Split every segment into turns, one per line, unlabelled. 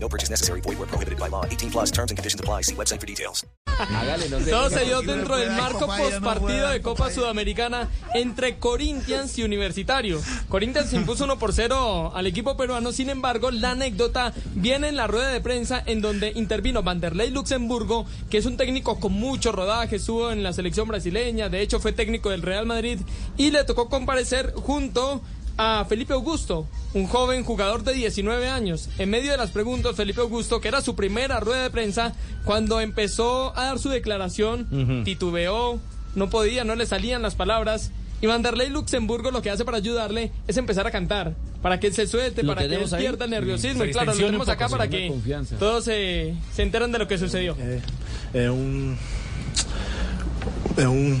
No purchase necessary. Void where prohibited by law. 18 plus terms and conditions apply. See website for details.
Hágale, no sé.
Todo se dio dentro del
Ay,
marco
papá, ya no
postpartido
juegan,
de Copa Sudamericana entre Corinthians y Universitario. Corinthians se impuso 1 por 0 al equipo peruano, sin embargo, la anécdota viene en la rueda de prensa en donde intervino Vanderlei Luxemburgo, que es un técnico con mucho rodaje, estuvo en la selección brasileña, de hecho fue técnico del Real Madrid y le tocó comparecer junto a Felipe Augusto, un joven jugador de 19 años. En medio de las preguntas, Felipe Augusto, que era su primera rueda de prensa, cuando empezó a dar su declaración, titubeó, no podía, no le salían las palabras. Y Vanderlei Luxemburgo lo que hace para ayudarle es empezar a cantar, para que él se suelte,
¿Lo
para que él
tenemos ahí?
pierda el nerviosismo.
Se
Y claro, lo
distensiona
tenemos
un poco,
acá
se
para
gana
que
confianza.
todos se, se enteran de lo que sucedió.
Eh, es un. um, É um.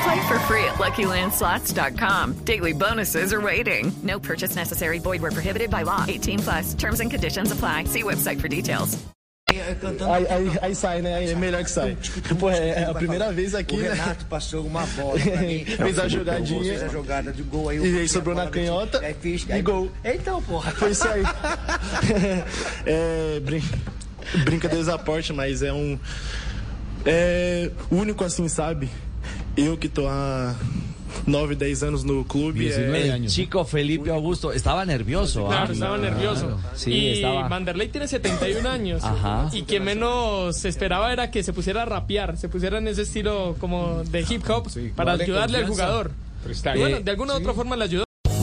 Play for free at LuckyLandSlots.com. Daily bonuses are waiting. No purchase necessary. Void were prohibited by law. 18 plus. Terms and conditions apply. See website for details.
Aí, aí, aí sai, né? Aí é melhor que sai. Pô, é, a primeira vez aqui,
O
né?
Renato passou uma bola pra mim.
Fez a jogadinha.
Fez a jogada de gol. Aí eu
E aí
passei a
sobrou
bola
na
pra ti.
canhota,
Aí fiz,
e
aí-
gol.
É Então, porra.
Foi isso aí. é, brin... Brincadeiras à parte, mas é um. É único assim, sabe? Eu que tô há 9, 10 anos no clube. é-
19
El chico Felipe Augusto estaba nervioso. ¿ah?
Claro, estaba nervioso.
Sí,
y
estaba.
Vanderlei tiene 71 años.
Ajá.
Y que menos se esperaba era que se pusiera a rapear, se pusiera en ese estilo como de hip hop para ayudarle al jugador. Y bueno, de alguna u otra forma le ayudó.